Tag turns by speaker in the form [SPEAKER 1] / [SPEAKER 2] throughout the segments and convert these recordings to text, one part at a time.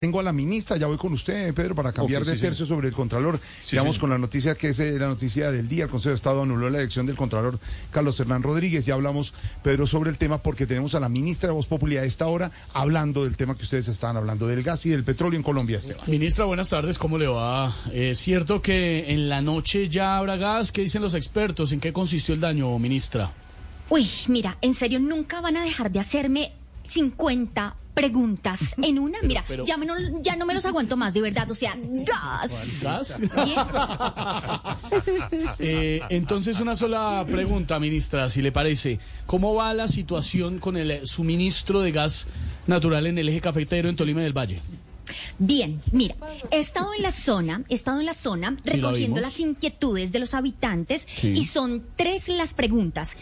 [SPEAKER 1] Tengo a la ministra, ya voy con usted, Pedro, para cambiar
[SPEAKER 2] Ok,
[SPEAKER 1] de
[SPEAKER 2] sí,
[SPEAKER 1] tercio sobre el Contralor.
[SPEAKER 2] Sí,
[SPEAKER 1] Sigamos
[SPEAKER 2] señor.
[SPEAKER 1] con la noticia que es eh, la noticia del día. El Consejo de Estado anuló la elección del Contralor Carlos Hernán Rodríguez. Ya hablamos, Pedro, sobre el tema porque tenemos a la ministra de Voz Popular a esta hora hablando del tema que ustedes estaban hablando, del gas y del petróleo en Colombia, Esteban.
[SPEAKER 3] Ministra, buenas tardes, ¿cómo le va? ¿Es cierto que en la noche ya habrá gas? ¿Qué dicen los expertos? ¿En qué consistió el daño, ministra?
[SPEAKER 4] Uy, mira, en serio, nunca van a dejar de hacerme 50 preguntas en una.
[SPEAKER 3] Pero-
[SPEAKER 4] mira,
[SPEAKER 3] pero-
[SPEAKER 4] Ya, me no- ya no me los aguanto más, de verdad. O sea, gas.
[SPEAKER 3] ¿Gas?
[SPEAKER 4] Y eso.
[SPEAKER 3] Eh, entonces, una sola pregunta, ministra, si le parece. ¿Cómo va la situación con el eh, suministro de gas natural en el eje cafetero en Tolima del Valle?
[SPEAKER 4] Bien, mira, he estado en la zona, he estado en la zona
[SPEAKER 3] la
[SPEAKER 4] recogiendo
[SPEAKER 3] vimos.
[SPEAKER 4] las inquietudes de los habitantes
[SPEAKER 3] Sí.
[SPEAKER 4] y son tres las preguntas.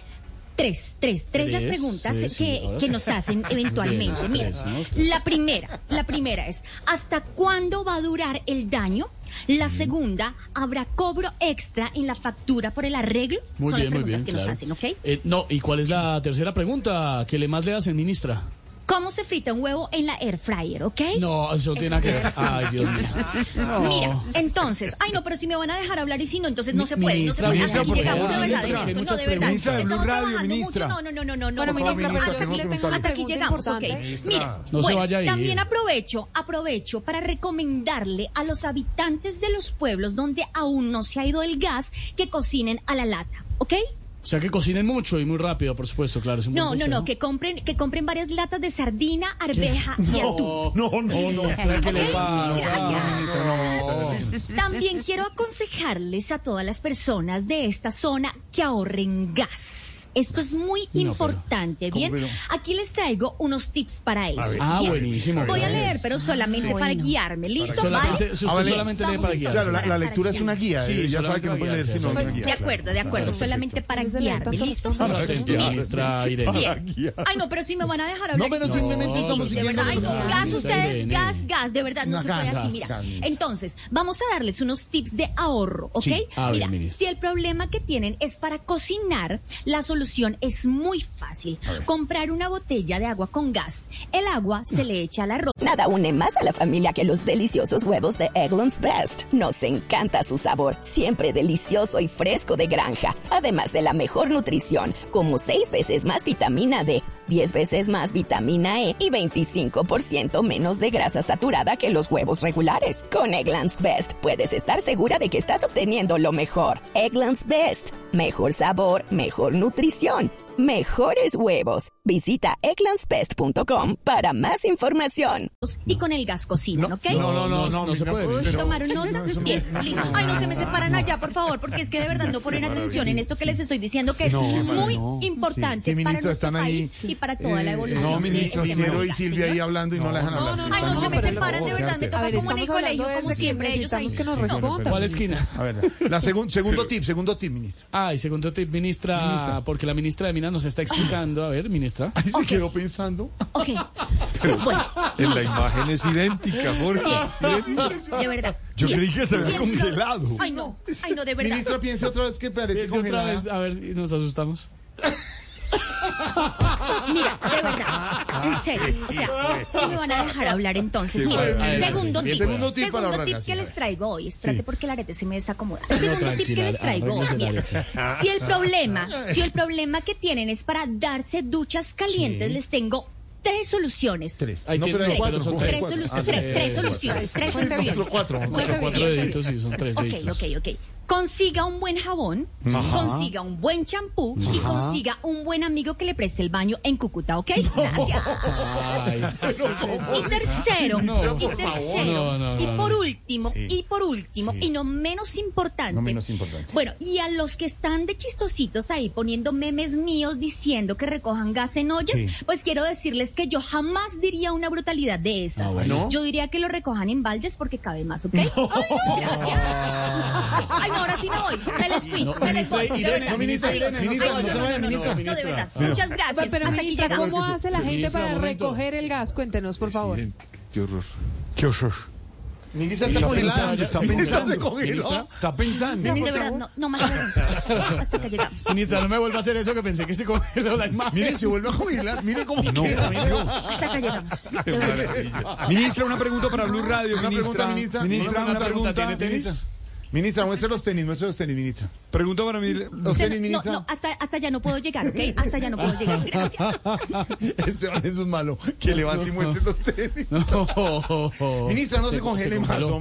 [SPEAKER 4] Tres, tres, tres, las
[SPEAKER 3] Tres,
[SPEAKER 4] preguntas
[SPEAKER 3] tres, sí,
[SPEAKER 4] que,
[SPEAKER 3] ahora
[SPEAKER 4] que
[SPEAKER 3] sí.
[SPEAKER 4] nos hacen eventualmente.
[SPEAKER 3] Bien,
[SPEAKER 4] Mira,
[SPEAKER 3] tres, ¿no?
[SPEAKER 4] la primera, la primera es, ¿hasta cuándo va a durar el daño? La segunda, ¿habrá cobro extra en la factura por el arreglo?
[SPEAKER 3] Muy
[SPEAKER 4] Son
[SPEAKER 3] bien,
[SPEAKER 4] las
[SPEAKER 3] muy bien.
[SPEAKER 4] preguntas que nos
[SPEAKER 3] claro.
[SPEAKER 4] hacen, ¿ok?
[SPEAKER 3] Eh, no, ¿y cuál es la tercera pregunta que le más le hacen, ministra?
[SPEAKER 4] ¿Cómo se frita un huevo en la air fryer, ok?
[SPEAKER 3] No, eso no tiene nada que ver. Ay, Dios mío. No.
[SPEAKER 4] Mira, entonces, ay no, pero si me van a dejar hablar y si no, entonces no se
[SPEAKER 3] Mi-
[SPEAKER 4] puede.
[SPEAKER 3] ministra,
[SPEAKER 4] no se
[SPEAKER 3] ministra,
[SPEAKER 4] puede.
[SPEAKER 3] por
[SPEAKER 4] Hasta aquí
[SPEAKER 3] favor,
[SPEAKER 4] llegamos, de verdad,
[SPEAKER 3] ministra, que hay
[SPEAKER 4] esto, no,
[SPEAKER 3] muchas
[SPEAKER 4] de verdad.
[SPEAKER 3] preguntas. Ministra de
[SPEAKER 4] Estamos
[SPEAKER 2] Blue Radio,
[SPEAKER 4] trabajando
[SPEAKER 2] ministra.
[SPEAKER 4] mucho. No, no, no, no, no.
[SPEAKER 5] Bueno,
[SPEAKER 4] por favor,
[SPEAKER 5] ministra, pero
[SPEAKER 1] ministra,
[SPEAKER 5] yo sí
[SPEAKER 1] tengo
[SPEAKER 5] le
[SPEAKER 1] que
[SPEAKER 5] tengo
[SPEAKER 1] preguntarle.
[SPEAKER 5] una
[SPEAKER 4] hasta aquí
[SPEAKER 5] pregunta
[SPEAKER 4] llegamos, ok.
[SPEAKER 5] importante.
[SPEAKER 4] Mira,
[SPEAKER 3] No se
[SPEAKER 4] bueno,
[SPEAKER 3] vaya a ir.
[SPEAKER 4] también aprovecho, aprovecho para recomendarle a los habitantes de los pueblos donde aún no se ha ido el gas que cocinen a la lata, ¿ok?
[SPEAKER 3] O sea que cocinen mucho y muy rápido, por supuesto, claro. es un buen
[SPEAKER 4] No, no,
[SPEAKER 3] consejo.
[SPEAKER 4] no, que compren, que compren varias latas de sardina, arveja y atún.
[SPEAKER 3] No, no, no, ministra, ¿qué le pasa?
[SPEAKER 1] Ministra, no, ministra, no.
[SPEAKER 4] También quiero aconsejarles a todas las personas de esta zona que ahorren gas. Esto es muy importante, ¿bien?
[SPEAKER 1] pero?
[SPEAKER 4] Aquí les traigo unos tips para eso.
[SPEAKER 3] Ah,
[SPEAKER 4] ¿bien?
[SPEAKER 3] buenísimo.
[SPEAKER 4] Voy a
[SPEAKER 3] gracias. Ah,
[SPEAKER 4] leer, pero solamente para guiarme, ¿listo?
[SPEAKER 3] Solamente,
[SPEAKER 4] ¿Vale?
[SPEAKER 3] si
[SPEAKER 1] Ah,
[SPEAKER 3] usted
[SPEAKER 1] vale.
[SPEAKER 3] solamente lee para guiar.
[SPEAKER 1] Claro, la, la lectura es una guía,
[SPEAKER 3] Sí,
[SPEAKER 1] eh, ya sabe
[SPEAKER 3] solamente
[SPEAKER 1] que no puede
[SPEAKER 3] para
[SPEAKER 1] leer
[SPEAKER 3] guiar,
[SPEAKER 1] sino
[SPEAKER 3] sí,
[SPEAKER 1] una
[SPEAKER 3] sí.
[SPEAKER 1] guía.
[SPEAKER 4] De acuerdo, de acuerdo, solamente para
[SPEAKER 5] Entonces, leer
[SPEAKER 4] guiarme,
[SPEAKER 5] tantas
[SPEAKER 4] ¿listo?
[SPEAKER 5] respuestas.
[SPEAKER 3] Ministra Irene.
[SPEAKER 4] Bien. Ay, no, pero si me van a dejar hablar.
[SPEAKER 1] No, pero
[SPEAKER 4] Sí.
[SPEAKER 1] simplemente estamos
[SPEAKER 4] de
[SPEAKER 1] siguiendo
[SPEAKER 4] verdad, ay, no,
[SPEAKER 1] la-
[SPEAKER 4] gas
[SPEAKER 3] Luisa
[SPEAKER 4] ustedes,
[SPEAKER 3] Irene.
[SPEAKER 4] gas, gas, de verdad no,
[SPEAKER 1] No,
[SPEAKER 4] se puede
[SPEAKER 1] gas,
[SPEAKER 4] así,
[SPEAKER 1] gas,
[SPEAKER 4] mira.
[SPEAKER 1] gas.
[SPEAKER 4] Entonces, vamos a darles unos tips de ahorro, ¿ok?
[SPEAKER 3] Sí. A ver,
[SPEAKER 4] mira,
[SPEAKER 3] ministra.
[SPEAKER 4] si el problema que tienen es para cocinar, la solución es muy fácil. Comprar una botella de agua con gas. El agua se le echa a la ropa.
[SPEAKER 6] Nada une más a la familia que los deliciosos huevos de Eggland's Best. Nos encanta su sabor, siempre delicioso y fresco de granja. Además de la mejor nutrición, como 6 veces más vitamina D, 10 veces más vitamina E y 25% menos de grasa saturada que los huevos regulares. Con Eggland's Best puedes estar segura de que estás obteniendo lo mejor. Eggland's Best. Mejor sabor, mejor nutrición. Mejores huevos. Visita egglandsbest.com para más información.
[SPEAKER 4] Y con el gas cocinan, ¿ok?
[SPEAKER 1] No, no, no, no,
[SPEAKER 3] no se
[SPEAKER 1] no,
[SPEAKER 3] puede.
[SPEAKER 1] pero-
[SPEAKER 4] ¿Tomaron nota?
[SPEAKER 1] No, eso no-
[SPEAKER 4] Bien, listo. Ay, no se me separan allá, por favor, porque es que de verdad no ponen atención en esto que les estoy diciendo, que es
[SPEAKER 1] No, sí,
[SPEAKER 4] muy
[SPEAKER 1] no.
[SPEAKER 4] importante
[SPEAKER 1] Sí,
[SPEAKER 4] para
[SPEAKER 1] ministra,
[SPEAKER 4] nuestro
[SPEAKER 1] están ahí.
[SPEAKER 4] país y para toda la
[SPEAKER 1] Eh,
[SPEAKER 4] evolución.
[SPEAKER 1] No,
[SPEAKER 4] del
[SPEAKER 1] ministro,
[SPEAKER 4] tema
[SPEAKER 1] Cimero y
[SPEAKER 4] del
[SPEAKER 1] Silvia
[SPEAKER 4] gas,
[SPEAKER 1] ahí
[SPEAKER 4] ¿sí, no?
[SPEAKER 1] hablando y no, la dejan hablar.
[SPEAKER 5] no,
[SPEAKER 1] sí,
[SPEAKER 5] no,
[SPEAKER 4] Ay,
[SPEAKER 1] están-
[SPEAKER 4] no se me
[SPEAKER 5] pero-
[SPEAKER 4] separan, de verdad, me toca
[SPEAKER 5] A ver,
[SPEAKER 4] como en el
[SPEAKER 5] estamos hablando
[SPEAKER 4] colegio,
[SPEAKER 5] de
[SPEAKER 4] como
[SPEAKER 5] ese que
[SPEAKER 4] siempre, ellos ahí.
[SPEAKER 5] necesitamos que nos
[SPEAKER 4] No,
[SPEAKER 5] respondan.
[SPEAKER 3] ¿Cuál esquina?
[SPEAKER 1] A ver, la segun- segundo tip, segundo tip, ministro.
[SPEAKER 3] Ah, y segundo tip, ministra, porque la ministra de Minas nos está explicando. A ver, ministra.
[SPEAKER 1] Ahí se quedó pensando.
[SPEAKER 4] Ok. Bueno,
[SPEAKER 2] En la imagen es idéntica, Jorge.
[SPEAKER 4] de verdad.
[SPEAKER 2] Yo
[SPEAKER 4] Bien.
[SPEAKER 2] creí que se había
[SPEAKER 4] Si es pro-
[SPEAKER 2] congelado.
[SPEAKER 4] Ay, no, ay, no, de verdad.
[SPEAKER 1] Ministra, piense otra vez que parece
[SPEAKER 3] Piense otra
[SPEAKER 1] congelada.
[SPEAKER 3] vez, a ver, y nos asustamos.
[SPEAKER 4] Mira, de verdad, en serio. O sea,
[SPEAKER 1] pues.
[SPEAKER 4] si me van a dejar hablar entonces. Mira,
[SPEAKER 3] bueno. Ay,
[SPEAKER 4] segundo
[SPEAKER 3] bien,
[SPEAKER 4] tip.
[SPEAKER 1] bueno. pues. Segundo tip para ahorrar gas,
[SPEAKER 4] que
[SPEAKER 1] sí,
[SPEAKER 4] les
[SPEAKER 1] a ver.
[SPEAKER 4] traigo hoy. Espérate
[SPEAKER 1] Sí.
[SPEAKER 4] porque el arete se me desacomoda. El segundo tip que
[SPEAKER 3] tranquila,
[SPEAKER 4] les traigo hoy.
[SPEAKER 3] arregles el
[SPEAKER 4] mira, Si el problema, si el problema que tienen es para darse duchas calientes,
[SPEAKER 3] Sí.
[SPEAKER 4] les tengo tres soluciones.
[SPEAKER 1] Tres.
[SPEAKER 3] Ahí
[SPEAKER 1] no,
[SPEAKER 3] tiene-
[SPEAKER 1] pero hay
[SPEAKER 3] no,
[SPEAKER 1] cuatro.
[SPEAKER 3] pero son
[SPEAKER 1] cuatro,
[SPEAKER 4] Tres,
[SPEAKER 3] cuatro.
[SPEAKER 1] cuatro.
[SPEAKER 4] solu-
[SPEAKER 3] Ah,
[SPEAKER 4] tres-
[SPEAKER 3] tres,
[SPEAKER 4] tres
[SPEAKER 3] cuatro.
[SPEAKER 4] soluciones. Tres
[SPEAKER 5] Cuatro,
[SPEAKER 4] soluciones.
[SPEAKER 1] Cuatro, cuatro.
[SPEAKER 3] Cuatro,
[SPEAKER 4] Vuelve
[SPEAKER 3] cuatro
[SPEAKER 4] bien.
[SPEAKER 3] deditos, sí, son tres
[SPEAKER 4] Ok,
[SPEAKER 3] deditos.
[SPEAKER 4] ok, ok. Consiga un buen jabón, consiga un buen champú y consiga un buen amigo que le preste el baño en Cúcuta, ¿ok? Gracias. Y tercero,
[SPEAKER 3] No,
[SPEAKER 4] y
[SPEAKER 3] por favor.
[SPEAKER 4] tercero,
[SPEAKER 3] No, no,
[SPEAKER 4] y
[SPEAKER 3] no,
[SPEAKER 4] por
[SPEAKER 3] no.
[SPEAKER 4] último,
[SPEAKER 1] Sí.
[SPEAKER 4] y por último,
[SPEAKER 1] Sí.
[SPEAKER 4] y no menos importante.
[SPEAKER 1] No menos importante.
[SPEAKER 4] Bueno, y a los que están de chistositos ahí poniendo memes míos diciendo que recojan gas en ollas,
[SPEAKER 1] Sí.
[SPEAKER 4] pues quiero decirles que yo jamás diría una brutalidad de esas.
[SPEAKER 1] Ah, bueno.
[SPEAKER 4] Yo diría que lo recojan en baldes porque cabe más, ¿ok? Ay, no, gracias. Ay, no, ahora sí me voy. Me les fui,
[SPEAKER 3] No,
[SPEAKER 4] me les
[SPEAKER 3] ministra
[SPEAKER 4] voy. de
[SPEAKER 3] Irene,
[SPEAKER 4] verdad.
[SPEAKER 3] no, ministra
[SPEAKER 4] Adiós.
[SPEAKER 3] Irene, no se
[SPEAKER 4] Ay,
[SPEAKER 3] vaya,
[SPEAKER 4] no, no, no,
[SPEAKER 3] ministra.
[SPEAKER 4] no, no, de verdad.
[SPEAKER 3] Ministra.
[SPEAKER 4] Muchas gracias.
[SPEAKER 5] Pero
[SPEAKER 4] Hasta aquí
[SPEAKER 5] ministra,
[SPEAKER 4] llegamos.
[SPEAKER 5] ¿cómo hace la gente
[SPEAKER 3] Ministra,
[SPEAKER 5] para
[SPEAKER 3] momento.
[SPEAKER 5] recoger el gas? Cuéntenos, por favor.
[SPEAKER 2] Presidente, Qué horror.
[SPEAKER 1] Qué horror. Ministra está congelando, está pensando. Se congeló.
[SPEAKER 2] Está pensando.
[SPEAKER 4] De verdad, no, no más preguntas. Hasta acá llegamos.
[SPEAKER 3] Ministra, no me vuelva a hacer eso que pensé que se congeló la imagen.
[SPEAKER 1] Mire, se vuelve a congelar. Mire cómo queda.
[SPEAKER 4] Hasta acá llegamos.
[SPEAKER 2] Qué maravilla. Ministra, una pregunta para Blue Radio.
[SPEAKER 1] Una pregunta, ministra.
[SPEAKER 2] Ah, Ministra, una pregunta.
[SPEAKER 3] ¿Tiene tenis?
[SPEAKER 1] Ministra, muestre los tenis, muestre los tenis, ministra.
[SPEAKER 2] Pregunta para mí.
[SPEAKER 1] Los
[SPEAKER 4] Usted
[SPEAKER 1] tenis,
[SPEAKER 4] no-
[SPEAKER 1] ministra.
[SPEAKER 4] No, no, hasta, hasta allá no puedo llegar, ¿ok? Hasta allá no puedo llegar. Gracias.
[SPEAKER 1] Esteban es un malo. Que levante y muestre los tenis. Ministra, no se, congele más.
[SPEAKER 3] congeló.
[SPEAKER 1] hombre.